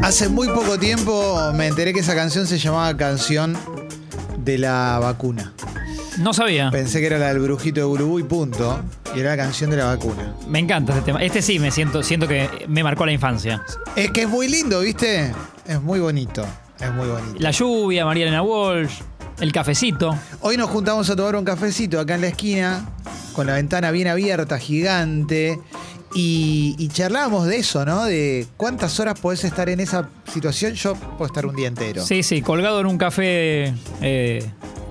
Hace muy poco tiempo me enteré que esa canción se llamaba Canción de la Vacuna. No sabía. Pensé que era la del brujito de Gurubú y punto. Y era la canción de la vacuna. Me encanta este tema. Este sí me siento, siento que me marcó la infancia. Es que es muy lindo, ¿viste? Es muy bonito. Es muy bonito. La lluvia, María Elena Walsh, el cafecito. Hoy nos juntamos a tomar un cafecito acá en la esquina, con la ventana bien abierta, gigante. Y, y charlábamos de eso, ¿no? De cuántas horas podés estar en esa situación. Yo puedo estar un día entero. Sí, sí, colgado en un café eh,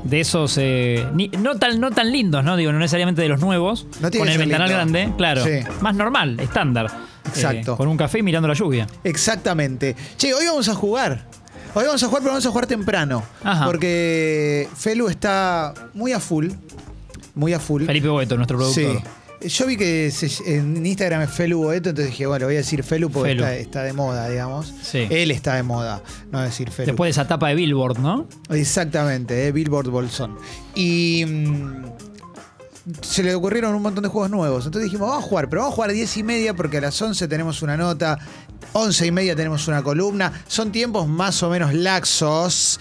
de esos eh, ni- no, tan, no tan lindos, ¿no? Digo, no necesariamente de los nuevos. No tiene con que el ser ventanal lindo. grande, claro. Sí. Más normal, estándar. Exacto. Eh, con un café y mirando la lluvia. Exactamente. Che, hoy vamos a jugar. Hoy vamos a jugar, pero vamos a jugar temprano. Ajá. Porque Felu está muy a full. Muy a full. Felipe Boeto, nuestro productor. Sí. Yo vi que se- en Instagram es Felu Boeto, entonces dije, bueno, voy a decir Felu porque Felu. Está, está de moda, digamos. Sí. Él está de moda, no decir Felu. Después de esa tapa de Billboard, ¿no? Mm. Exactamente, eh, Billboard Bolsón. Y mm, se le ocurrieron un montón de juegos nuevos. Entonces dijimos, vamos a jugar, pero vamos a jugar 10 y media porque a las 11 tenemos una nota, 11 y media tenemos una columna. Son tiempos más o menos laxos.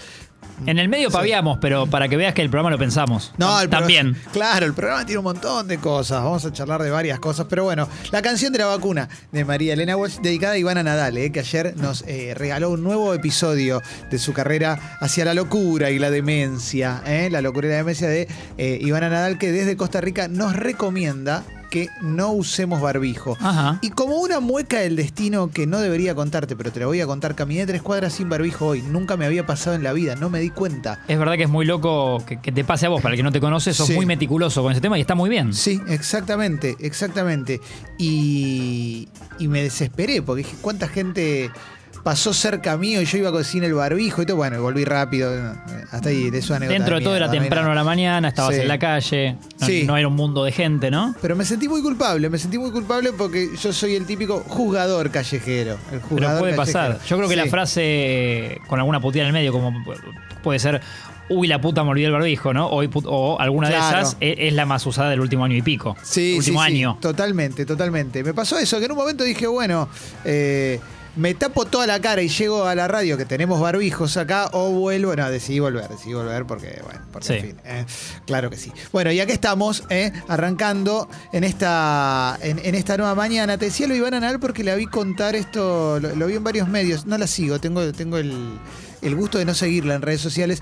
En el medio Sí. paviamos, pero para que veas que el programa lo pensamos. Tam- pro- También. Claro, el programa tiene un montón de cosas. Vamos a charlar de varias cosas. Pero bueno, la canción de la vacuna de María Elena Walsh, dedicada a Ivana Nadal, eh, que ayer nos eh, regaló un nuevo episodio de su carrera hacia la locura y la demencia. eh, la locura y la demencia de eh, Ivana Nadal, que desde Costa Rica nos recomienda que no usemos barbijo. Ajá. Y como una mueca del destino que no debería contarte, pero te la voy a contar, caminé tres cuadras sin barbijo hoy. Nunca me había pasado en la vida, no me di cuenta. Es verdad que es muy loco que, que te pase a vos. Para el que no te conoce, sos Sí. muy meticuloso con ese tema y está muy bien. Sí, exactamente, exactamente. Y, y me desesperé porque dije, ¿cuánta gente pasó cerca mío y yo iba sin el barbijo y todo? Bueno, y volví rápido. Hasta ahí, de su anécdota. Dentro de todo mierda, era no hay temprano a nada. la mañana, estabas Sí. en la calle, no, Sí. no era un mundo de gente, ¿no? Pero me sentí muy culpable, me sentí muy culpable porque yo soy el típico jugador callejero. El Pero jugador puede callejero. pasar. Yo creo que la Sí. frase con alguna putía en el medio, como pu- puede ser, uy, la puta, me olvidé el barbijo, ¿no? O, "Uy, put- o alguna Claro. de esas e- es, la más usada del último año y pico. Sí, último sí, sí. año. Totalmente, totalmente. Me pasó eso, que en un momento dije, bueno, eh, me tapo toda la cara y llego a la radio, que tenemos barbijos acá, o vuelvo. No, decidí volver, decidí volver porque, bueno, porque Sí. en fin. eh, claro que sí. Bueno, y aquí estamos, eh, arrancando en esta, en, en esta nueva mañana. Te decía lo Iván Anal porque la vi contar esto, lo, lo vi en varios medios. No la sigo, tengo, tengo el, el gusto de no seguirla en redes sociales,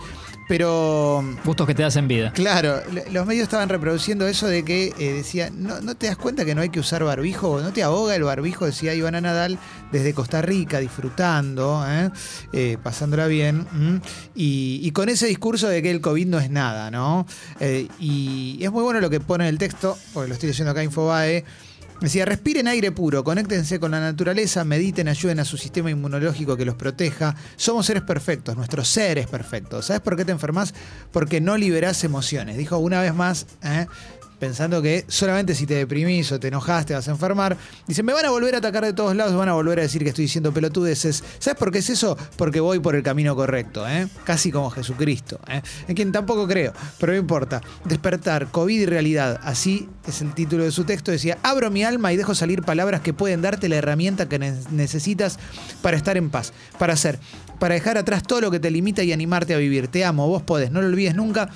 pero... Gustos que te das en vida. Claro, lo- los medios estaban reproduciendo eso de que eh, decía, no, ¿no te das cuenta que no hay que usar barbijo? ¿No te ahoga el barbijo? Decía Ivana Nadal desde Costa Rica, disfrutando, ¿eh? Eh, pasándola bien. ¿m? Y, y con ese discurso de que el COVID no es nada, ¿no? Eh, y es muy bueno lo que pone en el texto, porque lo estoy leyendo acá en Infobae. Decía, respiren aire puro, conéctense con la naturaleza, mediten, ayuden a su sistema inmunológico que los proteja. Somos seres perfectos, nuestro ser es perfecto. ¿Sabes por qué te enfermas? Porque no liberás emociones. Dijo una vez más, ¿eh? pensando que solamente si te deprimís o te enojaste vas a enfermar. Dice, me van a volver a atacar de todos lados, van a volver a decir que estoy diciendo pelotudeces. ¿Sabes por qué es eso? Porque voy por el camino correcto, ¿eh? casi como Jesucristo, ¿eh? en quien tampoco creo, pero no importa. Despertar, COVID y realidad, así es el título de su texto. Decía, abro mi alma y dejo salir palabras que pueden darte la herramienta que ne- necesitas para estar en paz, para ser, para dejar atrás todo lo que te limita y animarte a vivir. Te amo, vos podés, no lo olvides nunca.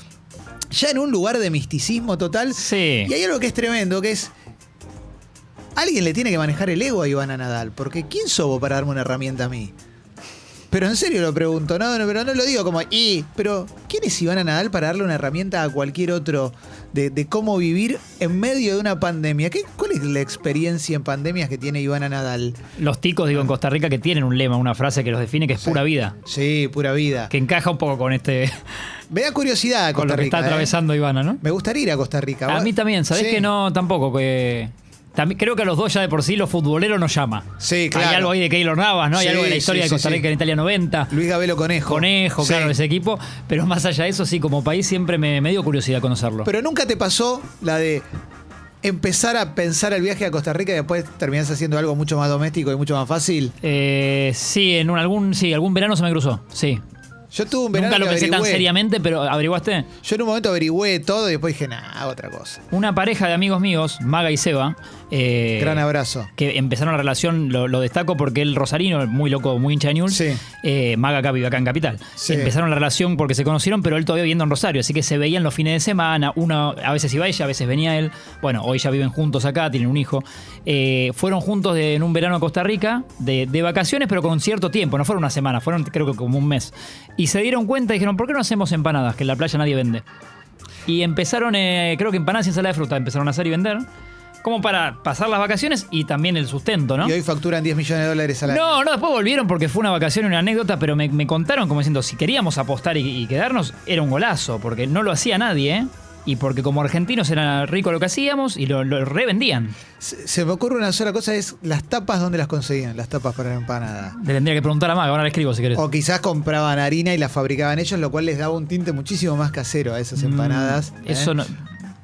Ya en un lugar de misticismo total, Sí. y hay algo que es tremendo, que es... Alguien le tiene que manejar el ego a Ivana Nadal, porque ¿quién sobo para darme una herramienta a mí? Pero en serio lo pregunto, no, no, pero no lo digo como, y, pero ¿quién es Ivana Nadal para darle una herramienta a cualquier otro de, de cómo vivir en medio de una pandemia? ¿Qué, ¿Cuál es la experiencia en pandemias que tiene Ivana Nadal? Los ticos, digo, en Costa Rica que tienen un lema, una frase que los define que es pura vida. Sí, pura vida. Que encaja un poco con este, Me da curiosidad a con lo Costa que Rica. está ¿eh? atravesando Ivana, ¿no? Me gustaría ir a Costa Rica. A ¿Vos- mí también, ¿sabés Sí. que no? Tampoco, que. también- creo que a los dos ya de por sí los futboleros nos llama. Sí, claro. Hay algo ahí de Keylor Navas, ¿no? Hay Sí, algo de la sí, historia de sí, Costa sí. Rica en Italia 90. Luis Gabelo Conejo. Conejo, Sí. claro, ese equipo. Pero más allá de eso, sí, como país siempre me, me dio curiosidad conocerlo. Pero nunca te pasó la de empezar a pensar el viaje a Costa Rica y después terminás haciendo algo mucho más doméstico y mucho más fácil. Eh, sí, en un, algún, sí, algún verano se me cruzó. Sí. Yo tuve un verano Nunca lo que pensé tan averigüé. seriamente, pero ¿averiguaste? Yo en un momento averigüé todo y después dije, nah, otra cosa. Una pareja de amigos míos, Maga y Seba. eh, Gran abrazo. que empezaron la relación, lo, lo destaco porque el Rosarino, muy loco, muy hincha de Newell's, Sí. eh, Maga acá vive acá en Capital. Sí. Empezaron la relación porque se conocieron, pero él todavía viviendo en Rosario, así que se veían los fines de semana, uno a veces iba ella, a veces venía él. Bueno, hoy ya viven juntos acá, tienen un hijo. Eh, fueron juntos de- en un verano a Costa Rica, de, de vacaciones, pero con cierto tiempo, no fueron una semana, fueron creo que como un mes. Y se dieron cuenta y dijeron, ¿por qué no hacemos empanadas? Que en la playa nadie vende. Y empezaron, eh, creo que empanadas y ensalada de fruta empezaron a hacer y vender. Como para pasar las vacaciones y también el sustento, ¿no? Y hoy facturan 10 millones de dólares al año. No, no, después volvieron porque fue una vacación y una anécdota, pero me, me contaron como diciendo, si queríamos apostar y, y quedarnos, era un golazo, porque no lo hacía nadie, ¿eh? Y porque como argentinos era rico lo que hacíamos y lo, lo revendían. Se, se me ocurre una sola cosa, es las tapas, ¿dónde las conseguían? Las tapas para la empanada. Le tendría que preguntar a Maga, ahora le escribo si querés. O quizás compraban harina y la fabricaban ellos, lo cual les daba un tinte muchísimo más casero a esas empanadas. Mm, ¿eh? Eso no...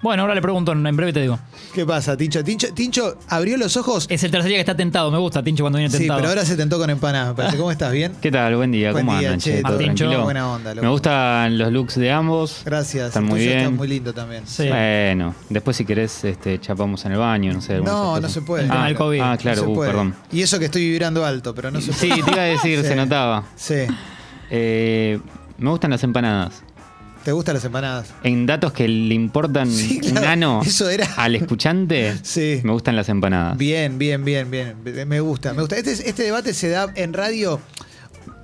Bueno, ahora le pregunto, en en breve te digo. ¿Qué pasa, Tincho? Tincho, Tincho abrió los ojos. Es el tercer día que está tentado, me gusta, Tincho, cuando viene Sí, tentado. pero ahora se tentó con empanadas. me parece. ¿Cómo estás? ¿Bien? ¿Qué tal? Buen día, Buen ¿cómo día, andan? che, che? ¿Todo Martín, yo, tranquilo? buena onda, loco. Me gustan los looks de ambos. Gracias. Están el muy tuyo Está bien. muy lindo también. Sí. Bueno, después si querés este, chapamos en el baño, no sé. alguna No, de esas no cosas. se puede. El tema Ah, del COVID. Ah, claro, No se uh, puede. perdón. Y eso que estoy vibrando alto, pero no se Sí, puede. te iba a decir, Sí. se notaba. Sí. Eh, me gustan las empanadas. ¿Te gustan las empanadas? En datos que le importan Sí, claro, un ano eso era. al escuchante, Sí. me gustan las empanadas. Bien, bien, bien, bien. Me gusta, me gusta. Este, es- este debate se da en radio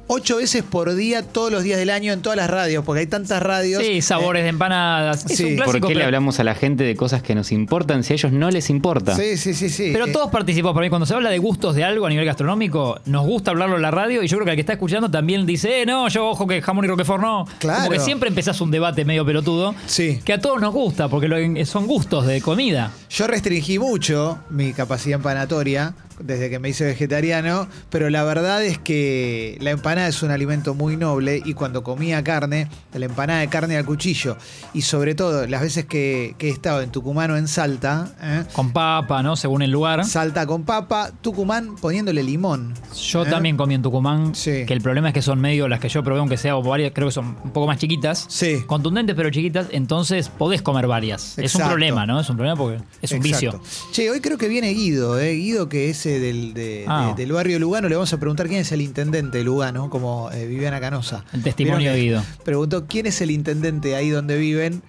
ocho veces por día, todos los días del año, en todas las radios, porque hay tantas radios. Sí, sabores de empanadas. Es eh, sí. un ¿Por clásico, ¿Por qué le pero- hablamos a la gente de cosas que nos importan si a ellos no les importa? Sí, sí, sí, sí. Pero Eh, todos participamos. Para mí, cuando se habla de gustos de algo a nivel gastronómico, nos gusta hablarlo en la radio y yo creo que al que está escuchando también dice, eh, no, yo ojo que jamón y roquefort no. Claro. Porque siempre empezás un debate medio pelotudo. Sí. Que a todos nos gusta, porque lo- eh, son gustos de comida. Yo restringí mucho mi capacidad empanatoria desde que me hice vegetariano, pero la verdad es que la empanada es un alimento muy noble y cuando comía carne, la empanada de carne al cuchillo, y sobre todo las veces que, que he estado en Tucumán o en Salta, ¿eh? Con papa, ¿no? Según el lugar. Salta con papa, Tucumán poniéndole limón. Yo ¿Eh? también comí en Tucumán. Sí. Que el problema es que son medio las que yo probé, aunque sea o varias, creo que son un poco más chiquitas. Sí. Contundentes pero chiquitas, entonces podés comer varias. Es un Exacto. problema, ¿no? Es un problema porque es un Exacto. vicio. Che, hoy creo que viene Guido, ¿eh? Guido que es eh, del, de- Ah. de- del barrio Lugano. Le vamos a preguntar quién es el intendente de Lugano, como eh, Viviana Canosa. El testimonio ¿Vieron de que Guido. Preguntó quién es el intendente ahí donde viven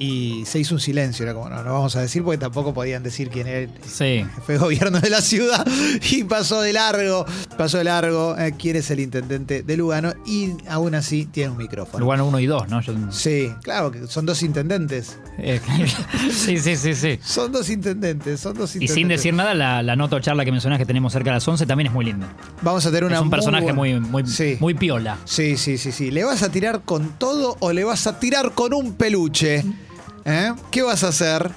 y se hizo un silencio. Era como, no, no vamos a decir porque tampoco podían decir quién era el Sí. jefe de gobierno de la ciudad. Y pasó de largo, pasó de largo eh, quién es el intendente de Lugano y aún así tiene un micrófono. Lugano 1 y 2, ¿no? Yo- Sí, claro, que son dos intendentes. Eh, sí, sí, sí, sí. Son dos intendentes, son dos Y intendentes. sin decir nada, la, la nota o charla que mencionás que tenemos cerca de las 11 también es muy linda. Vamos a tener una es un muy personaje buena- muy, muy, Sí. muy piola. Sí, sí, sí, sí. ¿Le vas a tirar con todo o le vas a tirar con un peluche? ¿Eh? ¿Qué vas a hacer?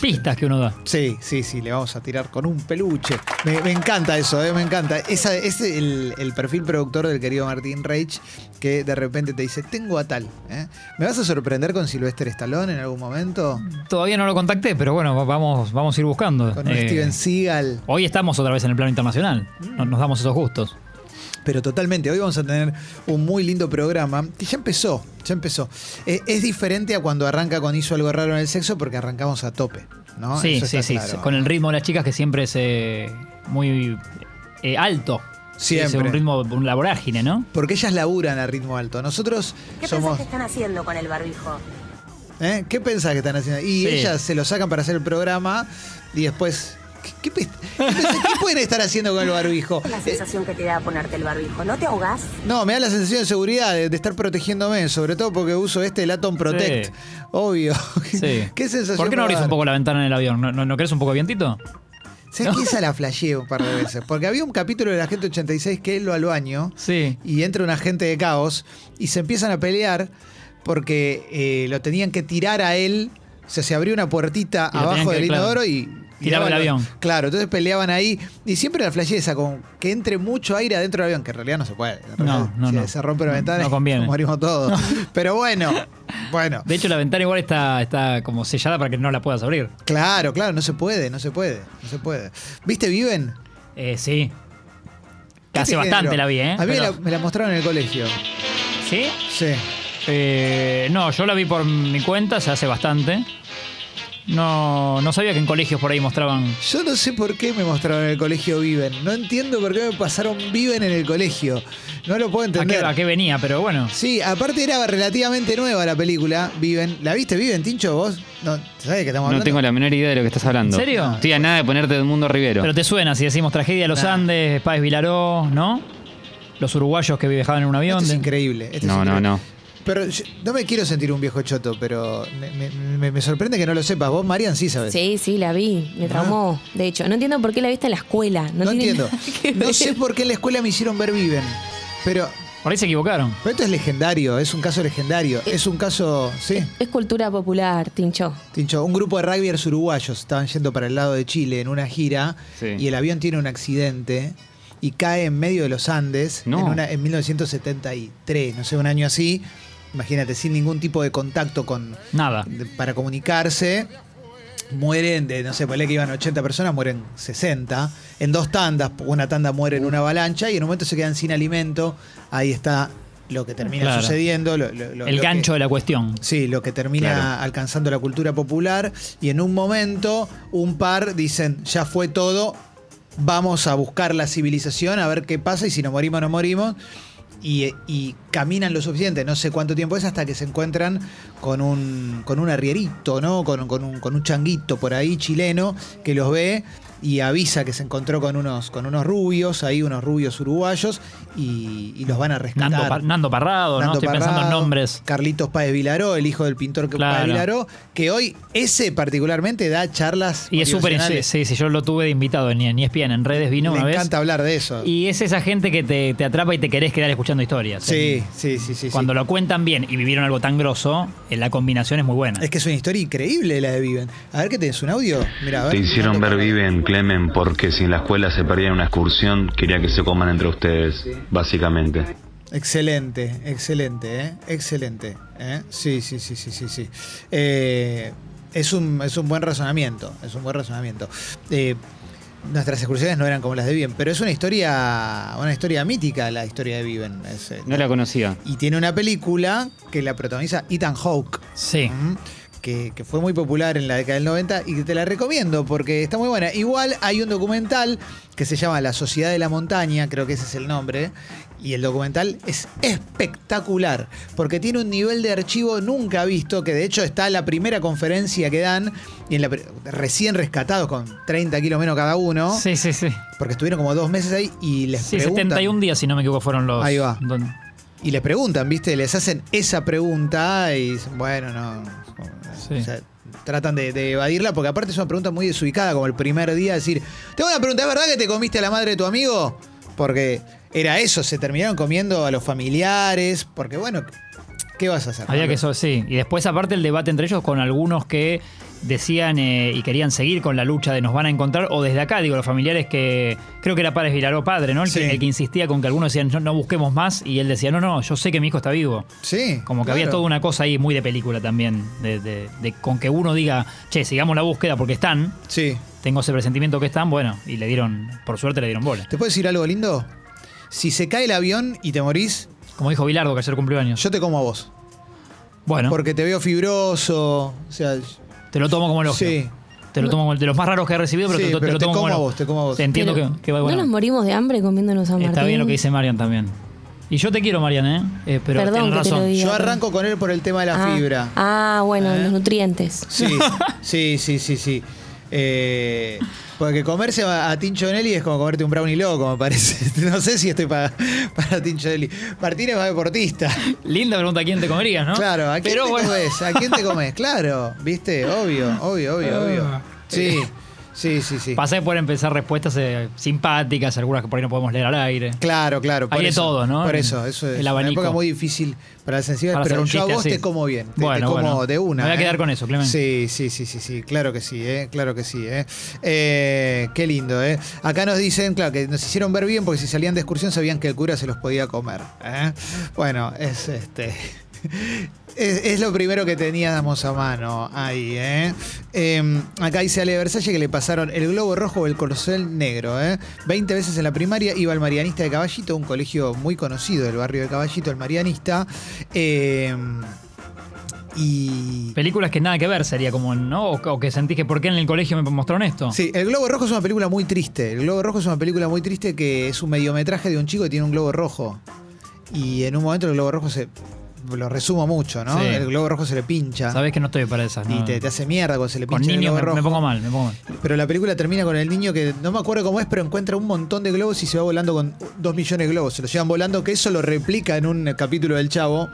Pistas que uno da. Sí, sí, sí, le vamos a tirar con un peluche. Me, me encanta eso, ¿eh? me encanta. Esa, es el, el perfil productor del querido Martín Reich que de repente te dice, tengo a tal. ¿eh? ¿Me vas a sorprender con Sylvester Stallone en algún momento? Todavía no lo contacté, pero bueno, va- vamos, vamos a ir buscando. Con un Eh, Steven Seagal. hoy estamos otra vez en el plano internacional. No- Nos damos esos gustos. Pero totalmente, hoy vamos a tener un muy lindo programa que ya empezó, ya empezó. Eh, es diferente a cuando arranca con Hizo algo raro en el sexo porque arrancamos a tope, ¿no? sí, Ah, Eso sí, está sí. claro. Con el ritmo de las chicas que siempre es eh, muy eh, alto. Siempre. Es un ritmo, un la vorágine, ¿no? Porque ellas laburan a ritmo alto. Nosotros ¿Qué somos... pensás que están haciendo con el barbijo? ¿eh? ¿Qué pensás que están haciendo? Y Sí. ellas se lo sacan para hacer el programa y después... ¿Qué, qué pe- qué pensás- qué pueden estar haciendo con el barbijo? La Eh, sensación que te da ponerte el barbijo. ¿No te ahogás? No, me da la sensación de seguridad, de, de estar protegiéndome, sobre todo porque uso este el Atom Protect. Sí. Obvio. Sí. ¿Qué sensación? ¿Por qué me va no a abrís un dar? poco la ventana en el avión? ¿No, no, no querés un poco de vientito? ¿Sabes que esa la flasheé un par de veces? Porque había un capítulo de la gente 86 que él va al baño Sí. y entra un agente de caos y se empiezan a pelear porque eh, lo tenían que tirar a él. O sea, se abrió una puertita Y lo tenían abajo que- del claro. inodoro y. y Tiraba el daban- avión. Claro, entonces peleaban ahí. Y siempre la flasheé esa, con que entre mucho aire adentro del avión, que en realidad no se puede. En realidad, no, si no. Se rompe la No, ventana no y conviene. morimos todos. Pero bueno, bueno. De hecho, la ventana igual está, está como sellada para que no la puedas abrir. Claro, claro, no se puede, no se puede, no se puede. ¿Viste, viven? Eh, sí. ¿Qué Hace género? bastante la vi, ¿eh? Este, A mí me Pero- la, me la mostraron en el colegio. ¿Sí? Sí. Eh, no, yo la vi por mi cuenta, se hace bastante. No, no sabía que en colegios por ahí mostraban. Yo no sé por qué me mostraron en el colegio Viven. No entiendo por qué me pasaron Viven en el colegio. No lo puedo A qué, entender. a qué venía, pero bueno. Sí, aparte era relativamente nueva la película, Viven. ¿La viste, Viven, Tincho? ¿Vos? No, ¿Sabes que estamos hablando? No tengo la menor idea de lo que estás hablando. ¿En serio? Estoy a nada de ponerte del mundo Rivero. Pero te suena si decimos tragedia de los Nah. Andes, Páez Vilaró, ¿no? Los uruguayos que viajaban en un avión. Esto Este es de- increíble. esto es no, no, increíble. no. Pero yo- no me quiero sentir un viejo choto, pero me, me- me- me sorprende que no lo sepas. Vos, Marian, sí sabes. Sí, sí, la vi. Me traumó. De hecho, no entiendo por qué la viste en la escuela. No, no tiene entiendo. nada que No ver. sé por qué en la escuela me hicieron ver Viven. Pero, Por ahí se equivocaron. pero esto es legendario, es un caso legendario. Eh, Es un caso. Sí. Es cultura popular, Tincho. Tincho, un grupo de rugbyers uruguayos estaban yendo para el lado de Chile en una gira Sí. y el avión tiene un accidente y cae en medio de los Andes No. en, una- en 1973, no sé, un año así. Imagínate, sin ningún tipo de contacto con Nada. de- para comunicarse. Mueren, de, no sé, ponle que iban 80 personas, mueren 60. En dos tandas, una tanda muere en una avalancha y en un momento se quedan sin alimento. Ahí está lo que termina Claro. sucediendo. lo- lo- lo- El lo que- gancho de la cuestión. Sí, lo que termina Claro. alcanzando la cultura popular. Y en un momento, un par dicen, ya fue todo, vamos a buscar la civilización, a ver qué pasa, y si nos morimos, no morimos. Y, y caminan lo suficiente, no sé cuánto tiempo es, hasta que se encuentran con un, con un arrierito, ¿no? Con, con un, con un changuito por ahí chileno que los ve y avisa que se encontró con unos, con unos rubios, ahí unos rubios uruguayos, y, y los van a rescatar. Nando, Par- Nando Parrado, ¿no? Nando Estoy pensando en Parrado, nombres. Carlitos Páez Vilaró, el hijo del pintor que- Claro. Páez Vilaró, que hoy ese particularmente da charlas. Y es súper. motivacionales. Sí, sí, yo lo tuve de invitado en E en ESPN, en redes vino Le una vez. encanta hablar de eso. Y es esa gente que te, te atrapa y te querés quedar escuchando historias. sí, sí, sí, sí. sí. Cuando lo cuentan bien y vivieron algo tan grosso, eh, la combinación es muy buena. Es que es una historia increíble la de Viven. A ver que tenés un audio. Mira, Te hicieron ver Viven, Clemen, porque si en la escuela se perdían una excursión, quería que se coman entre ustedes, básicamente. Excelente, excelente, ¿eh? excelente. ¿eh? Sí, sí, sí, sí, sí, sí. Eh, es, un, es un buen razonamiento, es un buen razonamiento. Eh, nuestras excursiones no eran como las de Viven, pero es una historia, una historia mítica la historia de Viven. Es, eh, No la conocía. Y tiene una película que la protagoniza Ethan Hawke, Sí. ¿m? que, que fue muy popular en la década del 90 y que te la recomiendo porque está muy buena. Igual hay un documental que se llama La Sociedad de la Montaña, creo que ese es el nombre, y el documental es espectacular porque tiene un nivel de archivo nunca visto, que de hecho está la primera conferencia que dan, y en la, pre- recién rescatados con 30 kilos menos cada uno, Sí, sí, sí. porque estuvieron como dos meses ahí y les Sí, preguntan... 71 días, si no me equivoco, fueron los. Ahí va. don- Y les preguntan, ¿viste? Les hacen esa pregunta y dicen, bueno, no. Sí. O sea, tratan de, de evadirla porque aparte es una pregunta muy desubicada, como el primer día decir, tengo una pregunta, ¿es verdad que te comiste a la madre de tu amigo? Porque era eso, se terminaron comiendo a los familiares, porque bueno, ¿qué vas a hacer? Había que eso, sí. Y después, aparte, el debate entre ellos con algunos que decían eh, y querían seguir con la lucha de nos van a encontrar, o desde acá, digo, los familiares que. Creo que era Párez Vilaró padre, ¿no? El, Sí. que, el que insistía con que algunos decían, no, no busquemos más, y él decía, no, no, yo sé que mi hijo está vivo. Sí. Como que había claro. toda una cosa ahí muy de película también, de, de- de con que uno diga, che, sigamos la búsqueda porque están, Sí. tengo ese presentimiento que están, bueno, y le dieron, por suerte le dieron bola. ¿Te puedo decir algo lindo? Si se cae el avión y te morís, Como dijo Bilardo, que ayer cumplió años. yo te como a vos. bueno, Porque te veo fibroso. O sea, te lo tomo como elogio. sí. Te lo tomo como de los más raros que he recibido, pero, Sí, te, te pero lo te tomo como como a vos, te como a vos. entiendo Pero, que, que va bueno. ¿No nos morimos de hambre comiéndonos a Martín? Está bien lo que dice Marian también. Y yo te quiero, Marian, ¿eh? Eh, pero Perdón tienes que te lo razón. diga. Yo arranco con él por el tema de la Ah, fibra. Ah, bueno, ¿Eh? los nutrientes. Sí, sí, sí, sí, sí. Eh, porque comerse a, a Tincho Nelly es como comerte un brownie loco, me parece. No sé si estoy para, para Tincho Nelly. Martínez va deportista. Linda pregunta, ¿a quién te comerías, no? Claro, ¿a quién pero te bueno, comes? ¿A quién te comes? Claro, ¿viste? Obvio, obvio, obvio, Ah. obvio. Sí, sí, sí, sí. pasé por empezar respuestas eh, simpáticas, algunas que por ahí no podemos leer al aire. Claro, claro. por Hay ¿eh? de eso, todo, ¿no? Por eso, eso es El una abanico. época muy difícil para las sensibles, Para hacer pero un yo a chiste vos así. te como bien. Te, Bueno, te como bueno. de una. Me voy a ¿eh? quedar con eso, Clemen. Sí, sí, sí, sí, sí, claro que sí, ¿eh? claro que sí. ¿eh? Eh, qué lindo, ¿eh? Acá nos dicen, claro, que nos hicieron ver bien porque si salían de excursión sabían que el cura se los podía comer. ¿eh? Bueno, es este... Es, es lo primero que teníamos a mano ahí, ¿eh? Eh, Acá dice Ale de Versace que le pasaron el globo rojo o el corcel negro, ¿eh? 20 veces en la primaria iba al Marianista de Caballito, un colegio muy conocido del barrio de Caballito, el Marianista. eh, y. Películas que nada que ver sería como, ¿no? O, o que sentís que por qué en el colegio me mostraron esto. Sí, El Globo Rojo es una película muy triste. El Globo Rojo es una película muy triste que es un mediometraje de un chico que tiene un globo rojo. Y en un momento el globo rojo se. Lo resumo mucho, ¿no? Sí. El globo rojo se le pincha. Sabés que no estoy para esas, Y ¿no? te, te hace mierda cuando se le Con pincha el globo niños me, rojo. me pongo mal, me pongo mal. Pero la película termina con el niño que no me acuerdo cómo es, pero encuentra un montón de globos y se va volando con dos millones de globos. Se los llevan volando, que eso lo replica en un capítulo del Chavo.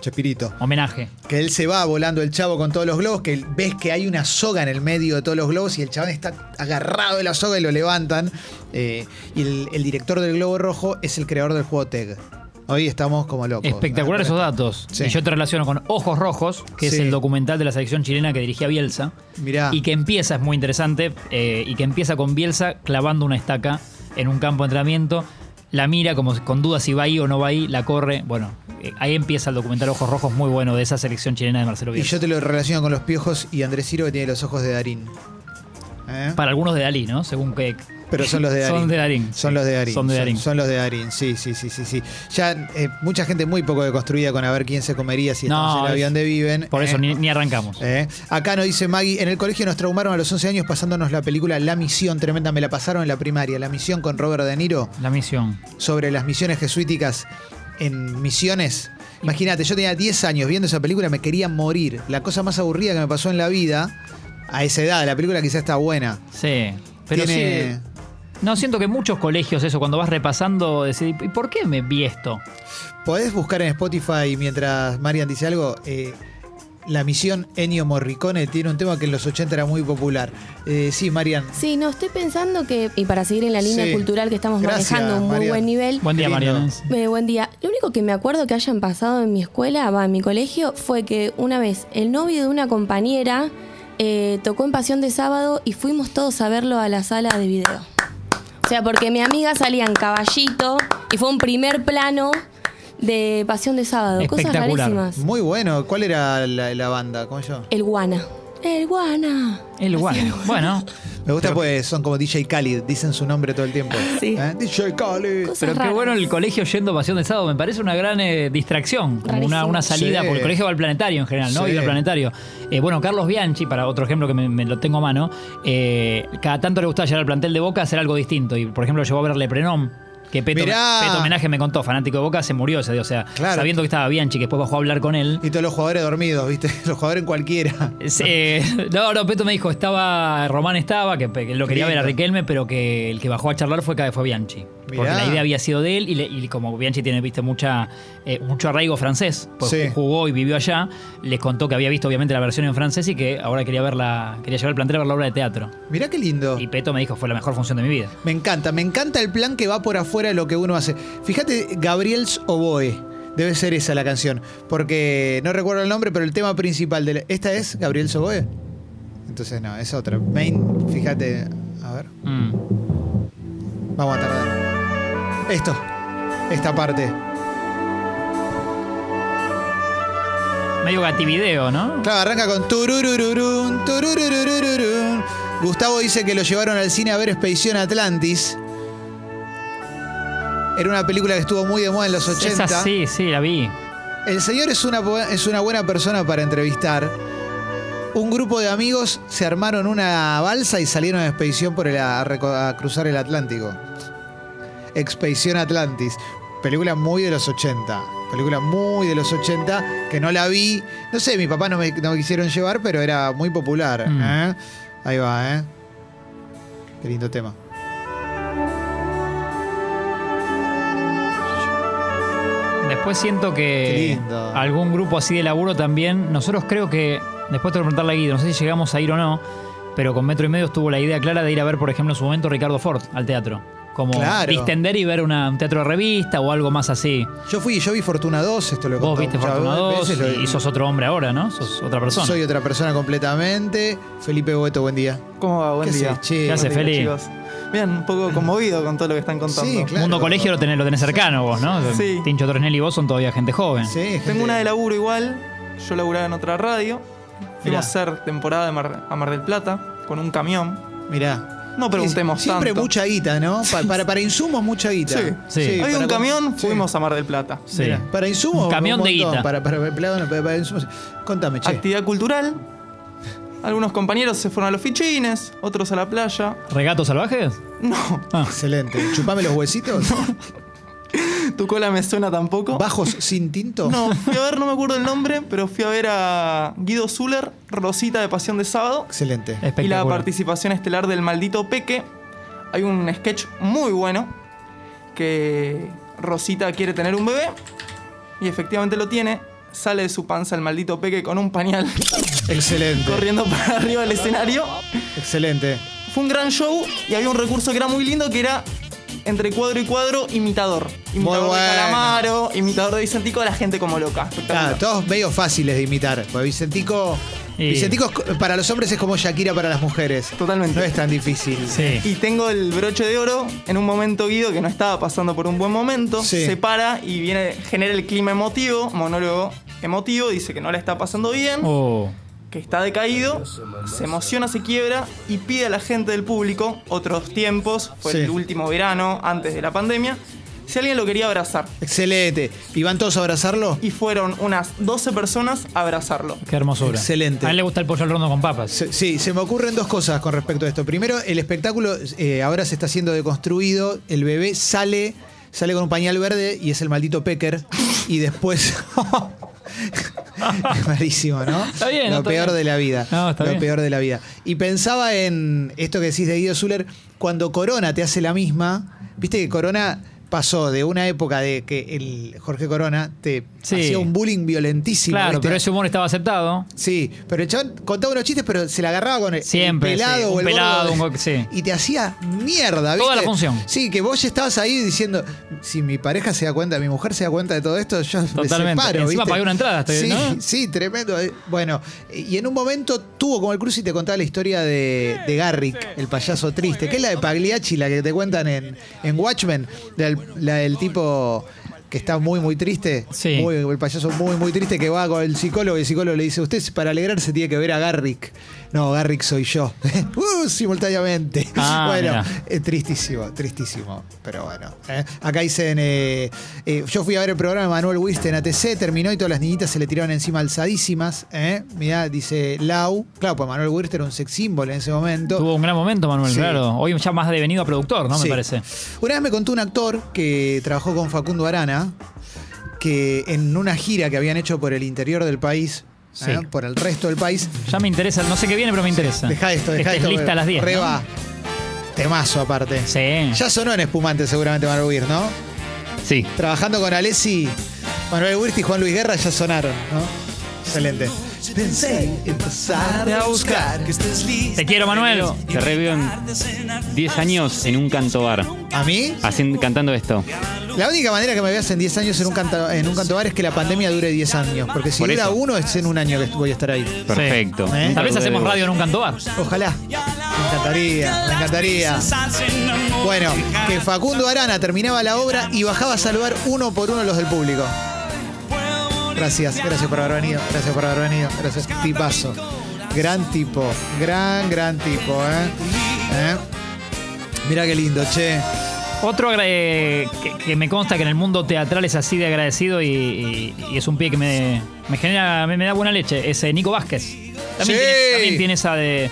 Chespirito. Homenaje. Que él se va volando el chavo con todos los globos, que ves que hay una soga en el medio de todos los globos y el chabón está agarrado de la soga y lo levantan. Eh, y el, el director del globo rojo es el creador del juego TEG. Hoy estamos como locos. Espectacular esos datos. Sí. Y yo te relaciono con Ojos Rojos, que es Sí. Ah. el documental de la selección chilena que dirigía Bielsa. Mirá. Y que empieza, es muy interesante, eh, y que empieza con Bielsa clavando una estaca en un campo de entrenamiento. La mira como con duda si va ahí o no va ahí, la corre. Bueno, eh, ahí empieza el documental Ojos Rojos, muy bueno, de esa selección chilena de Marcelo Y Bielsa. yo te lo relaciono con los piojos y Andrés Ciro que tiene los ojos de Darín. ¿Eh? Para algunos de Dalí, ¿no? Según que. Pero son los de Darín. Son de Darín. Son los de Darín. Son de Darín. Son, los de Darín, sí, sí, sí, sí. sí. Ya eh, mucha gente muy poco deconstruida con a ver quién se comería si estamos No, en el avión es- de viven. Por eso ¿eh? ni, ni arrancamos. ¿Eh? Acá nos dice Maggie, en el colegio nos traumaron a los 11 años pasándonos la película La Misión, tremenda, me la pasaron en la primaria, La Misión con Robert De Niro, La misión. sobre las misiones jesuíticas en misiones. Imagínate, yo tenía 10 años viendo esa película, me quería morir. La cosa más aburrida que me pasó en la vida, a esa edad, la película quizás está buena. Sí. Pero Tiene- sí. No, siento que muchos colegios, eso, cuando vas repasando, decís, ¿y por qué me vi esto? Podés buscar en Spotify mientras Marian dice algo. eh, la misión Ennio Morricone tiene un tema que en los 80 era muy popular. Eh, sí, Marian. Sí, no, estoy pensando que, y para seguir en la línea Sí. cultural que estamos Gracias, manejando, un muy Marian. buen nivel. Buen día, Qué lindo. Mariana. Eh, buen día. Lo único que me acuerdo que hayan pasado en mi escuela, va, en mi colegio, fue que una vez el novio de una compañera eh, tocó en Pasión de Sábado y fuimos todos a verlo a la sala de video. O sea, porque mi amiga salía en caballito y fue un primer plano de Pasión de Sábado. Cosas Espectacular. rarísimas. Muy bueno. ¿Cuál era la, la banda? ¿Cómo yo? El guana. El guana. El guay. Bueno, Me gusta pues son como DJ Khalid, dicen su nombre todo el tiempo. Sí. ¿Eh? DJ Khalid. Cosas pero qué raras. bueno el colegio yendo a pasión de sábado. Me parece una gran eh, distracción, como una, Rarísimo. una salida, Sí. porque el colegio va al planetario en general, ¿no? Sí. Vive al planetario. Eh, bueno, Carlos Bianchi, para otro ejemplo que me, me lo tengo a mano, eh, cada tanto le gustaba llegar al plantel de Boca a hacer algo distinto. Y por ejemplo, llegó a ver Leprenom. Que Peto, Mirá. Peto Homenaje me contó, fanático de Boca, se murió ese día. O sea, Claro. sabiendo que estaba Bianchi, que después bajó a hablar con él. Y todos los jugadores dormidos, ¿viste? Los jugadores en cualquiera. Sí, no, no, Peto me dijo, estaba, Román estaba, que, que lo quería Lindo. ver a Riquelme, pero que el que bajó a charlar fue, fue Bianchi. Porque Mirá. la idea había sido de él y, le- y como Bianchi tiene, viste, mucha, eh, mucho arraigo francés, pues Sí. jugó y vivió allá, les contó que había visto obviamente la versión en francés y que ahora quería verla, quería llevar al plantel a ver la obra de teatro. Mirá qué lindo. Y Peto me dijo, fue la mejor función de mi vida. Me encanta, me encanta el plan que va por afuera de lo que uno hace. Fíjate, Gabriel's Oboe. Debe ser esa la canción. Porque no recuerdo el nombre, pero el tema principal de la- ¿Esta es Gabriel's Oboe? Entonces no, es otra. Main, fíjate. A ver. Mm. Vamos a tardar. Esto. Esta parte. Medio gativideo, ¿no? Claro, arranca con tururururun, turururururun. Gustavo dice que lo llevaron al cine a ver Expedición Atlantis. Era una película que estuvo muy de moda en los 80. Esa sí, sí, la vi. El señor es una, bu- es una buena persona para entrevistar. Un grupo de amigos se armaron una balsa y salieron a expedición por el, a, reco- a cruzar el Atlántico. Expedición Atlantis. Película muy de los 80. Película muy de los 80 que no la vi. No sé, mi papá no me, no me quisieron llevar, pero era muy popular. Mm. ¿eh? Ahí va, ¿eh? Qué lindo tema. Después siento Qué que lindo. algún grupo así de laburo también. Nosotros creo que, después te voy a preguntarle a Guido, no sé si llegamos a ir o no, pero con Metro y Medio estuvo la idea clara de ir a ver, por ejemplo, en su momento Ricardo Ford al teatro. Como Claro. distender y ver una- un teatro de revista o algo más así. Yo fui, yo vi Fortuna 2, esto lo he Vos contado viste muchas Fortuna 2 veces, lo- y, y sos otro hombre ahora, ¿no? Sos otra persona. Soy otra persona completamente. Felipe Boeto, buen día. ¿Cómo va? Buen ¿Qué día. haces, che? ¿Qué Buen haces, día, Feli? chicos. Bien, un poco conmovido con todo lo que están contando. Sí, claro. Mundo colegio lo tenés, lo tenés cercano vos, ¿no? Sí. Tincho Torresnel y vos son todavía gente joven. Sí, gente- Tengo una de laburo igual, yo laburaba en otra radio. Mirá. Fuimos a hacer temporada de Mar- a Mar del Plata con un camión. Mirá. No preguntemos Sie- Siempre tanto. mucha guita, ¿no? Pa- para, para insumos, mucha guita. Sí. Sí. Había Había para un con- camión, sí. fuimos a Mar del Plata. Sí. Mirá, Para insumos. Un camión de montón. guita. Para, para, para- para- para- para insumos. Contame, che. Actividad cultural. Algunos compañeros se fueron a los fichines, otros a la playa. ¿Regatos salvajes? No, Ah, Excelente. Chupame los huesitos. tu cola me suena tampoco. Bajos sin tinto. No, fui a ver, no me acuerdo el nombre, pero fui a ver a Guido Zuller, Rosita de Pasión de Sábado, Excelente. y la espectacular. participación estelar del maldito Peque. Hay un sketch muy bueno que Rosita quiere tener un bebé y efectivamente lo tiene. Sale de su panza el maldito Peque con un pañal Excelente. corriendo para arriba del escenario. Excelente. Fue un gran show y había un recurso que era muy lindo que era entre cuadro y cuadro imitador. Imitador bueno. de Calamaro, imitador de Vicentico, la gente como loca. Claro, Espectacular. Ah, todos medio fáciles de imitar. Porque Vicentico. Y- Vicentico es co- para los hombres es como Shakira para las mujeres. Totalmente. No es tan difícil. Sí. Y tengo el broche de oro en un momento Guido que no estaba pasando por un buen momento. Sí. Se para y viene, genera el clima emotivo, monólogo emotivo, dice que no la está pasando bien, Oh. que está decaído, se emociona, se quiebra y pide a la gente del público otros tiempos, fue Sí. el último verano antes de la pandemia, si alguien lo quería abrazar. Excelente. ¿Y van todos a abrazarlo? Y fueron unas 12 personas a abrazarlo. Qué hermosura. Excelente. A él le gusta el pollo al horno con papas. Se- Sí, se me ocurren dos cosas con respecto a esto. Primero, el espectáculo eh, ahora se está siendo deconstruido. El bebé sale, sale con un pañal verde y es el maldito Pecker. Y después. Es malísimo, ¿no? Está bien, Lo está peor bien. de la vida. No, está lo bien. peor de la vida. Y pensaba en esto que decís de Guido Zuller, cuando Corona te hace la misma, viste que Corona pasó de una época de que el Jorge Corona te Sí. hacía un bullying violentísimo. claro, ¿viste? pero ese humor estaba aceptado. Sí, pero el chabón contaba unos chistes, pero se la agarraba con el, Siempre, el pelado sí, un o el pelado, gordo. un go- sí. Y te hacía mierda, ¿viste? Toda la función. Sí, que vos ya estabas ahí diciendo, si mi pareja se da cuenta, mi mujer se da cuenta de todo esto, yo me Totalmente. separo, Encima ¿viste? pagué una entrada, estoy- sí, ¿no? sí, tremendo. Eh, Bueno, y en un momento tuvo como el cruce y te contaba la historia de, de Garrick, el payaso triste, que es la de Pagliacci, la que te cuentan en, en Watchmen, del- la del tipo que está muy, muy triste, Sí. muy el payaso muy, muy triste que va con el psicólogo y el psicólogo le dice, usted para alegrarse tiene que ver a Garrick. No, Garrick soy yo. Uh, simultáneamente. Ah, bueno, mirá. eh, tristísimo, tristísimo. Pero bueno. eh. Acá dicen, eh, eh, yo fui a ver el programa de Manuel Wist en ATC, terminó y todas las niñitas se le tiraron encima alzadísimas. Eh. Mirá, dice Lau. Claro, pues Manuel Wist era un sex símbolo en ese momento. Tuvo un gran momento, Manuel, Sí. claro. Hoy ya más devenido a productor, ¿no? Sí. Me parece. Una vez me contó un actor que trabajó con Facundo Arana que en una gira que habían hecho por el interior del país, Sí. ¿eh? por el resto del país, Ya me interesa, no sé qué viene, pero me interesa. deja esto, deja Esta esto. Es Este, lista a las 10. ¿no? Reba. Temazo aparte. Sí. Ya sonó en espumante seguramente Manuel Wirt, ¿no? Sí, Trabajando con Alessi, Manuel Wirt y Juan Luis Guerra ya sonaron, ¿no? Excelente. Pensé en pasarte a buscar. Te quiero, Manuel. te reveo en 10 años en un canto bar, ¿A mí? haciendo, cantando esto. La única manera que me veas en 10 años en un, canto, en un canto bar es que la pandemia dure 10 años. Porque si Por dura eso. uno, es en un año que voy a estar ahí. Perfecto. ¿Eh? Tal vez hacemos radio en un canto bar. Ojalá. Me encantaría, me encantaría. Bueno, que Facundo Arana terminaba la obra y bajaba a saludar uno por uno los del público. Gracias, gracias por haber venido, gracias por haber venido, gracias. Tipazo. Gran tipo, gran, gran tipo, ¿eh? ¿Eh? Mira qué lindo, che. Otro agra- eh, que, que me consta que en el mundo teatral es así de agradecido y, y- y es un pie que me, me genera, me, me da buena leche, es eh, Nico Vázquez. También, Sí. tiene, también tiene esa de,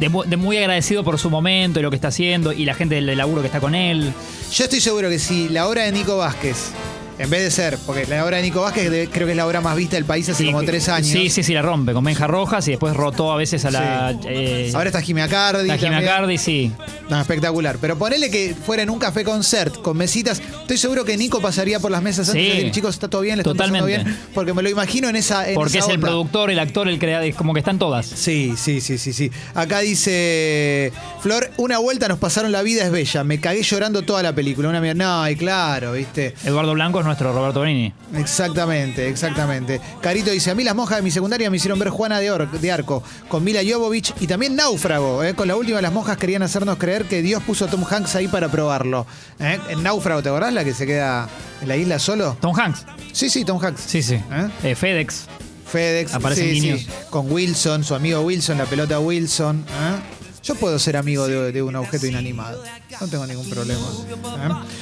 de mu- de muy agradecido por su momento y lo que está haciendo y la gente del laburo que está con él. Yo estoy seguro que si la obra de Nico Vázquez, en vez de ser, porque la obra de Nico Vázquez de- creo que es la obra más vista del país hace Y- como tres años. Sí, sí, sí, la rompe con Benja Rojas y después rotó a veces a la... Sí. eh, Ahora está Jimmy Acardi. la Gina también. Cardi, sí. No, espectacular. Pero ponele que fuera en un café concert con mesitas. Estoy seguro que Nico pasaría por las mesas antes Sí. de decir, chicos, está todo bien, le están pasando Totalmente. bien. Porque me lo imagino en esa. en Porque esa es el onda. productor, el actor, el creador, es como que están todas. Sí, sí, sí, sí, sí. Acá dice Flor, una vuelta nos pasaron la vida es bella. Me cagué llorando toda la película. Una mierda. No, y claro, viste. Eduardo Blanco es nuestro Roberto Benini. Exactamente, exactamente. Carito dice, a mí las monjas de mi secundaria me hicieron ver Juana de, Or- de Arco, con Mila Jovovich y también Náufrago. ¿eh? Con la última las monjas querían hacernos creer que Dios puso a Tom Hanks ahí para probarlo. ¿eh? En Náufrago, ¿te acordás la que se queda en la isla solo? Tom Hanks. Sí, sí, Tom Hanks. Sí, sí. ¿Eh? Eh, FedEx. FedEx, Aparecen sí, guiños. sí, con Wilson, su amigo Wilson, la pelota Wilson. ¿eh? Yo puedo ser amigo de, de un objeto inanimado, no tengo ningún problema.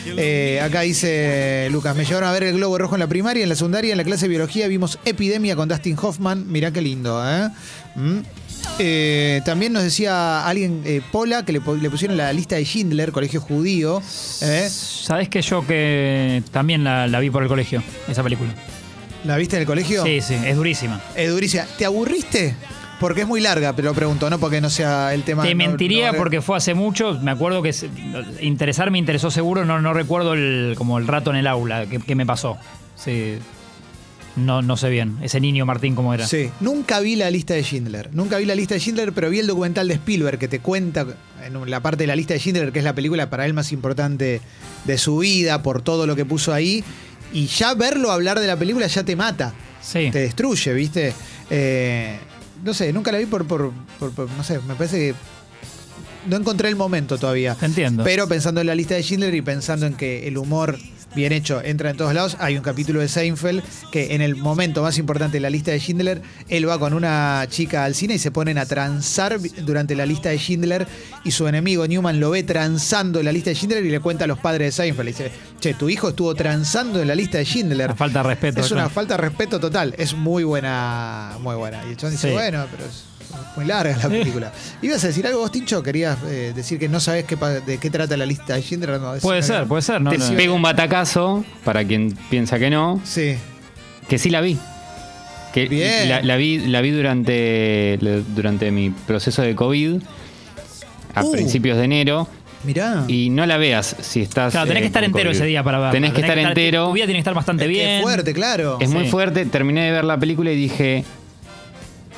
¿eh? Eh, acá dice Lucas, me llevaron a ver el globo rojo en la primaria, en la secundaria, en la clase de biología vimos Epidemia con Dustin Hoffman, mirá qué lindo. ¿eh? ¿Mm? Eh, también nos decía alguien, eh, Pola, que le, po- le pusieron la lista de Schindler, colegio judío. ¿eh? ¿Sabés que yo que también la, la vi por el colegio, esa película? ¿La viste en el colegio? Sí, sí, es durísima. Eh, Duricia, ¿te aburriste? Porque es muy larga, pero lo pregunto, no porque no sea el tema. Te no- mentiría no- porque fue hace mucho, me acuerdo que se- interesar me interesó seguro, no, no recuerdo el, como el rato en el aula, que, que me pasó. Sí. No, no sé bien, ese niño Martín cómo era. Sí. Nunca vi la lista de Schindler. Nunca vi la lista de Schindler, pero vi el documental de Spielberg que te cuenta en la parte de la lista de Schindler, que es la película para él más importante de su vida, por todo lo que puso ahí. Y ya verlo hablar de la película ya te mata. Sí. Te destruye, ¿viste? Eh, no sé, nunca la vi por, por- por- por- No sé, me parece que. No encontré el momento todavía. Te entiendo. Pero pensando en la lista de Schindler y pensando en que el humor bien hecho entra en todos lados, hay un capítulo de Seinfeld que en el momento más importante de la lista de Schindler, él va con una chica al cine y se ponen a transar vi- durante la lista de Schindler y su enemigo Newman lo ve transando en la lista de Schindler y le cuenta a los padres de Seinfeld. Le dice, che, tu hijo estuvo transando en la lista de Schindler. Una falta de respeto. Es una claro. falta de respeto total. Es muy buena, muy buena. Y el chabón dice, Sí. bueno, pero es muy larga la película. ¿Ibas a decir algo vos, Tincho? ¿Querías eh, decir que no sabés qué pa- de qué trata la lista de Schindler? No, Puede decime ser, que- puede ser, no, Te- no. Pego un batacazo, para quien piensa que no, Sí. que sí la vi. Que Bien. La, la vi, la vi durante, durante mi proceso de COVID, a Uh. principios de enero. Mirá. Y no la veas si estás. Claro, tenés eh, que estar con entero COVID. ese día para verla. Tenés que estar entero. Tu vida tiene que estar bastante Qué bien. fuerte, claro. Es muy Sí. fuerte. Terminé de ver la película y dije.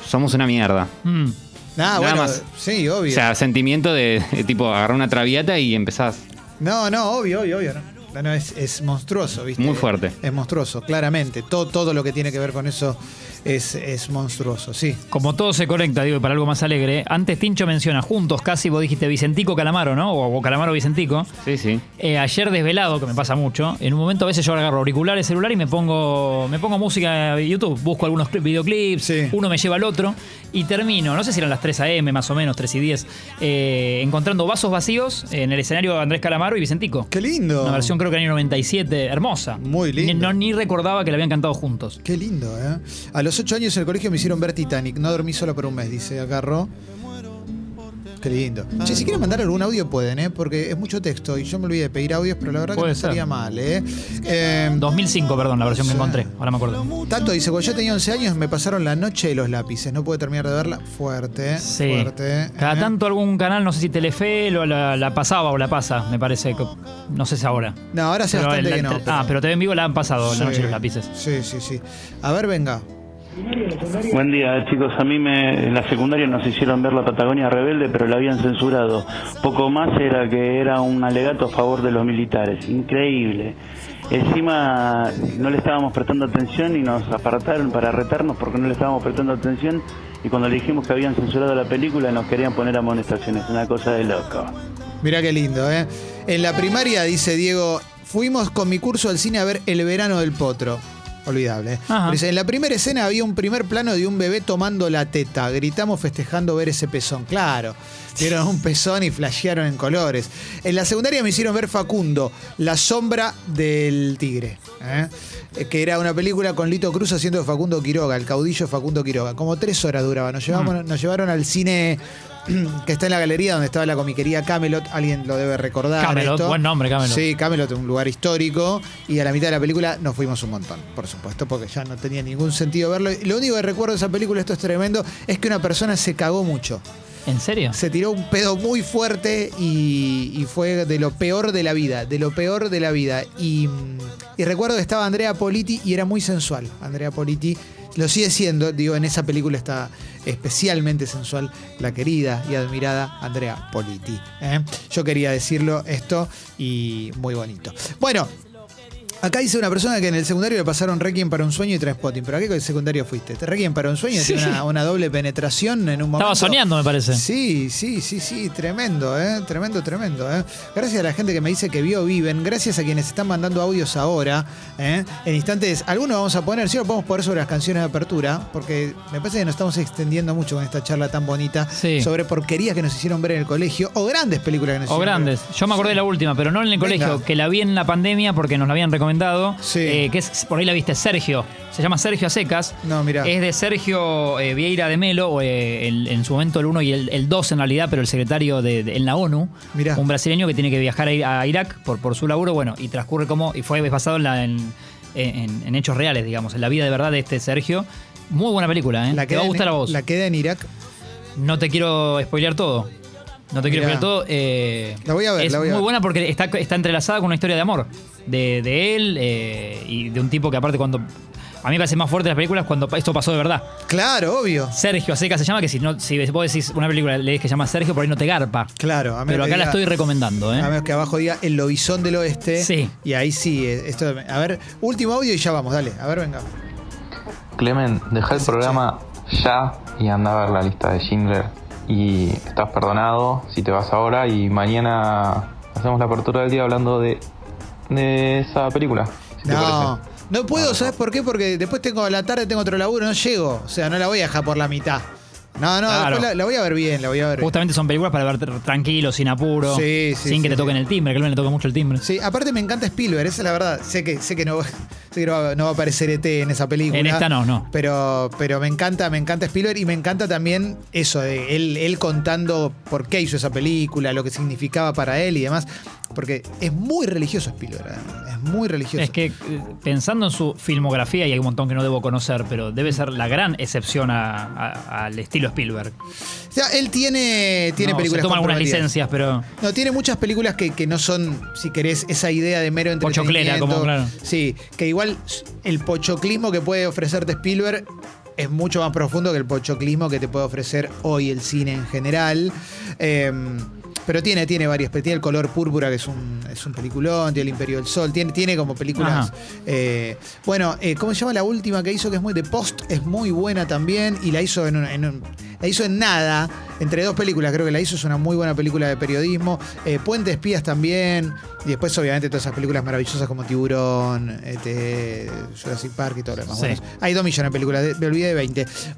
Somos una mierda. Mm. Nah, nada bueno, más. Sí, obvio. O sea, sentimiento de, de tipo agarrar una traviata y empezás. no, no, obvio, obvio, obvio. No. No, no, es, es monstruoso, ¿viste? Muy fuerte. Es monstruoso, claramente. Todo, todo lo que tiene que ver con eso es, es monstruoso, sí. Como todo se conecta, digo, y para algo más alegre, antes Tincho menciona, juntos casi, vos dijiste Vicentico Calamaro, ¿no? O, o Calamaro Vicentico. Sí, sí. Eh, ayer desvelado, que me pasa mucho, en un momento a veces yo agarro auriculares, celular y me pongo me pongo música de YouTube, busco algunos clip- videoclips, Sí. uno me lleva al otro y termino, no sé si eran las 3 a.m. más o menos, 3 y 10, eh, encontrando vasos vacíos en el escenario de Andrés Calamaro y Vicentico. Qué lindo. Una versión creo que año 97, hermosa. Muy lindo. Ni, no, ni recordaba que la habían cantado juntos. Qué lindo, ¿eh? A los ocho años en el colegio me hicieron ver Titanic. No dormí solo por un mes, dice acá Ro. Qué lindo. Che, si quieren mandar algún audio pueden, ¿eh? Porque es mucho texto y yo me olvidé de pedir audios, pero la verdad que Puede no ser. estaría mal, ¿eh? Eh, 2005, perdón, la versión que Sí. encontré, ahora me acuerdo. Tato dice, cuando yo tenía 11 años me pasaron la noche de los lápices. No pude terminar de verla. Fuerte, Sí. fuerte. ¿eh? Cada tanto algún canal, no sé si Telefe lo- la, la pasaba o la pasa, me parece. que- No sé si ahora. No, ahora hace Pero bastante la- que no. Ah, pero te ven vivo la han pasado Sí. la noche de los lápices. Sí, sí, sí. A ver, venga. Buen día, chicos. A mí me, en la secundaria nos hicieron ver la Patagonia Rebelde, pero la habían censurado. Poco más era que era un alegato a favor de los militares. Increíble. Encima no le estábamos prestando atención y nos apartaron para retarnos porque no le estábamos prestando atención. Y cuando le dijimos que habían censurado la película, nos querían poner amonestaciones. Una cosa de loco. Mirá qué lindo, ¿eh? En la primaria, dice Diego, fuimos con mi curso al cine a ver El verano del potro. Olvidable. ¿eh? Ajá. Pero dice, en la primera escena había un primer plano de un bebé tomando la teta. Gritamos festejando ver ese pezón. Claro. Vieron un pezón y flashearon en colores. En la secundaria me hicieron ver Facundo, La sombra del tigre. ¿eh? Eh, Que era una película con Lito Cruz haciendo de Facundo Quiroga, el caudillo Facundo Quiroga. Como tres horas duraba. Nos, llevamos, nos llevaron al cine que está en la galería donde estaba la comiquería Camelot. Alguien lo debe recordar. Camelot, esto. buen nombre, Camelot. Sí, Camelot, un lugar histórico. Y a la mitad de la película nos fuimos un montón, por supuesto, porque ya no tenía ningún sentido verlo. Y Lo único que recuerdo de esa película, esto es tremendo, es que una persona se cagó mucho. ¿En serio? Se tiró un pedo muy fuerte y, y fue de lo peor de la vida, de lo peor de la vida. Y, mm, y recuerdo que estaba Andrea Politi y era muy sensual. Andrea Politi lo sigue siendo, digo, en esa película está especialmente sensual la querida y admirada Andrea Politi. ¿eh? Yo quería decirlo esto y muy bonito. Bueno, Acá dice una persona que en el secundario le pasaron Requiem para un sueño y Transpotting. ¿Pero a qué secundario fuiste? ¿Te Requiem para un sueño? Sí. Tiene Una, una doble penetración en un momento. Estaba soñando, me parece. Sí, sí, sí, sí, tremendo, ¿eh? tremendo, tremendo. ¿eh? Gracias a la gente que me dice que vio Viven, gracias a quienes están mandando audios ahora. ¿eh? En instantes, algunos vamos a poner, sí, lo podemos poner sobre las canciones de apertura, porque me parece que nos estamos extendiendo mucho con esta charla tan bonita Sí. sobre porquerías que nos hicieron ver en el colegio o grandes películas que nos O hicieron grandes. ver. Yo me acordé de la última, pero no en el Venga. colegio, que la vi en la pandemia porque nos la habían recomendado. Sí. eh, que es, por ahí la viste, Sergio. Se llama Sergio a secas. No, mirá. Es de Sergio eh, Vieira de Melo, o, eh, el- en su momento el 1 y el, el 2 en realidad, pero el secretario de, de- en la ONU. Mirá. Un brasileño que tiene que viajar a, I- a Irak por, por su laburo, bueno, y transcurre como. Y fue basado en, la- en- en- en hechos reales, digamos, en la vida de verdad de este Sergio. Muy buena película, ¿eh? La Te va a queda gustar en, a vos. La queda en Irak. No te quiero spoilear todo. No te quiero Mirá. spoilear todo. eh, La voy a ver, es la voy a muy ver. buena porque está, está entrelazada con una historia de amor. De, de él eh, y de un tipo que aparte cuando... A mí me parece más fuerte las películas cuando pa- esto pasó de verdad. Claro, obvio. Sergio Seca se llama, que si, no, si vos decís una película le que se llama Sergio, por ahí no te garpa. Claro, a menos Pero que acá la diga- estoy recomendando, ¿eh? A menos que abajo diga el lobizón del oeste. Sí. Y ahí sí, eh, esto. A ver, último audio y ya vamos, dale. A ver, venga. Clemen, deja el programa ya y anda a ver la lista de Schindler. Y estás perdonado si te vas ahora y mañana hacemos la apertura del día hablando de, de esa película. si te No. parece. No puedo, ¿sabes por qué? Porque después tengo a la tarde tengo otro laburo, no llego. O sea, no la voy a dejar por la mitad. No, no, Claro. después la, la voy a ver bien, la voy a ver. bien. Justamente son películas para ver tr- tranquilo, sin apuro, Sí, sí, sin sí, que te toquen el timbre, que a Lumen le toca mucho el timbre. Sí, aparte me encanta Spielberg, esa es la verdad. Sé que, sé que, no, sé que no, va, no va a aparecer ET en esa película. En esta no, no. Pero, pero me encanta, me encanta Spielberg y me encanta también eso, de él, él contando por qué hizo esa película, lo que significaba para él y demás. Porque es muy religioso Spielberg, además, es muy religioso. Es que eh, pensando en su filmografía, y hay un montón que no debo conocer, pero debe ser la gran excepción a- a- al estilo Spielberg. O sea, él tiene, tiene No, películas. Se toma algunas comprometidas. licencias, pero. No, tiene muchas películas que, que no son, si querés, esa idea de mero entretenimiento. Pochoclera, como, claro. Sí, que igual el pochoclismo que puede ofrecerte Spielberg es mucho más profundo que el pochoclismo que te puede ofrecer hoy el cine en general. Eh, pero tiene, tiene varias. Tiene el color púrpura, que es un, es un peliculón. Tiene el Imperio del Sol. Tiene, tiene como películas. Ajá. eh, bueno, eh, ¿cómo se llama la última que hizo? Que es muy de post. Es muy buena también. Y la hizo en, un- en un- la hizo en nada. Entre dos películas, creo que la hizo. Es una muy buena película de periodismo. Eh, Puente de Espías también. Y después, obviamente, todas esas películas maravillosas como Tiburón, ET, Jurassic Park y todo lo demás. Sí. Bueno, hay dos millones de películas. de- Me olvidé de 20.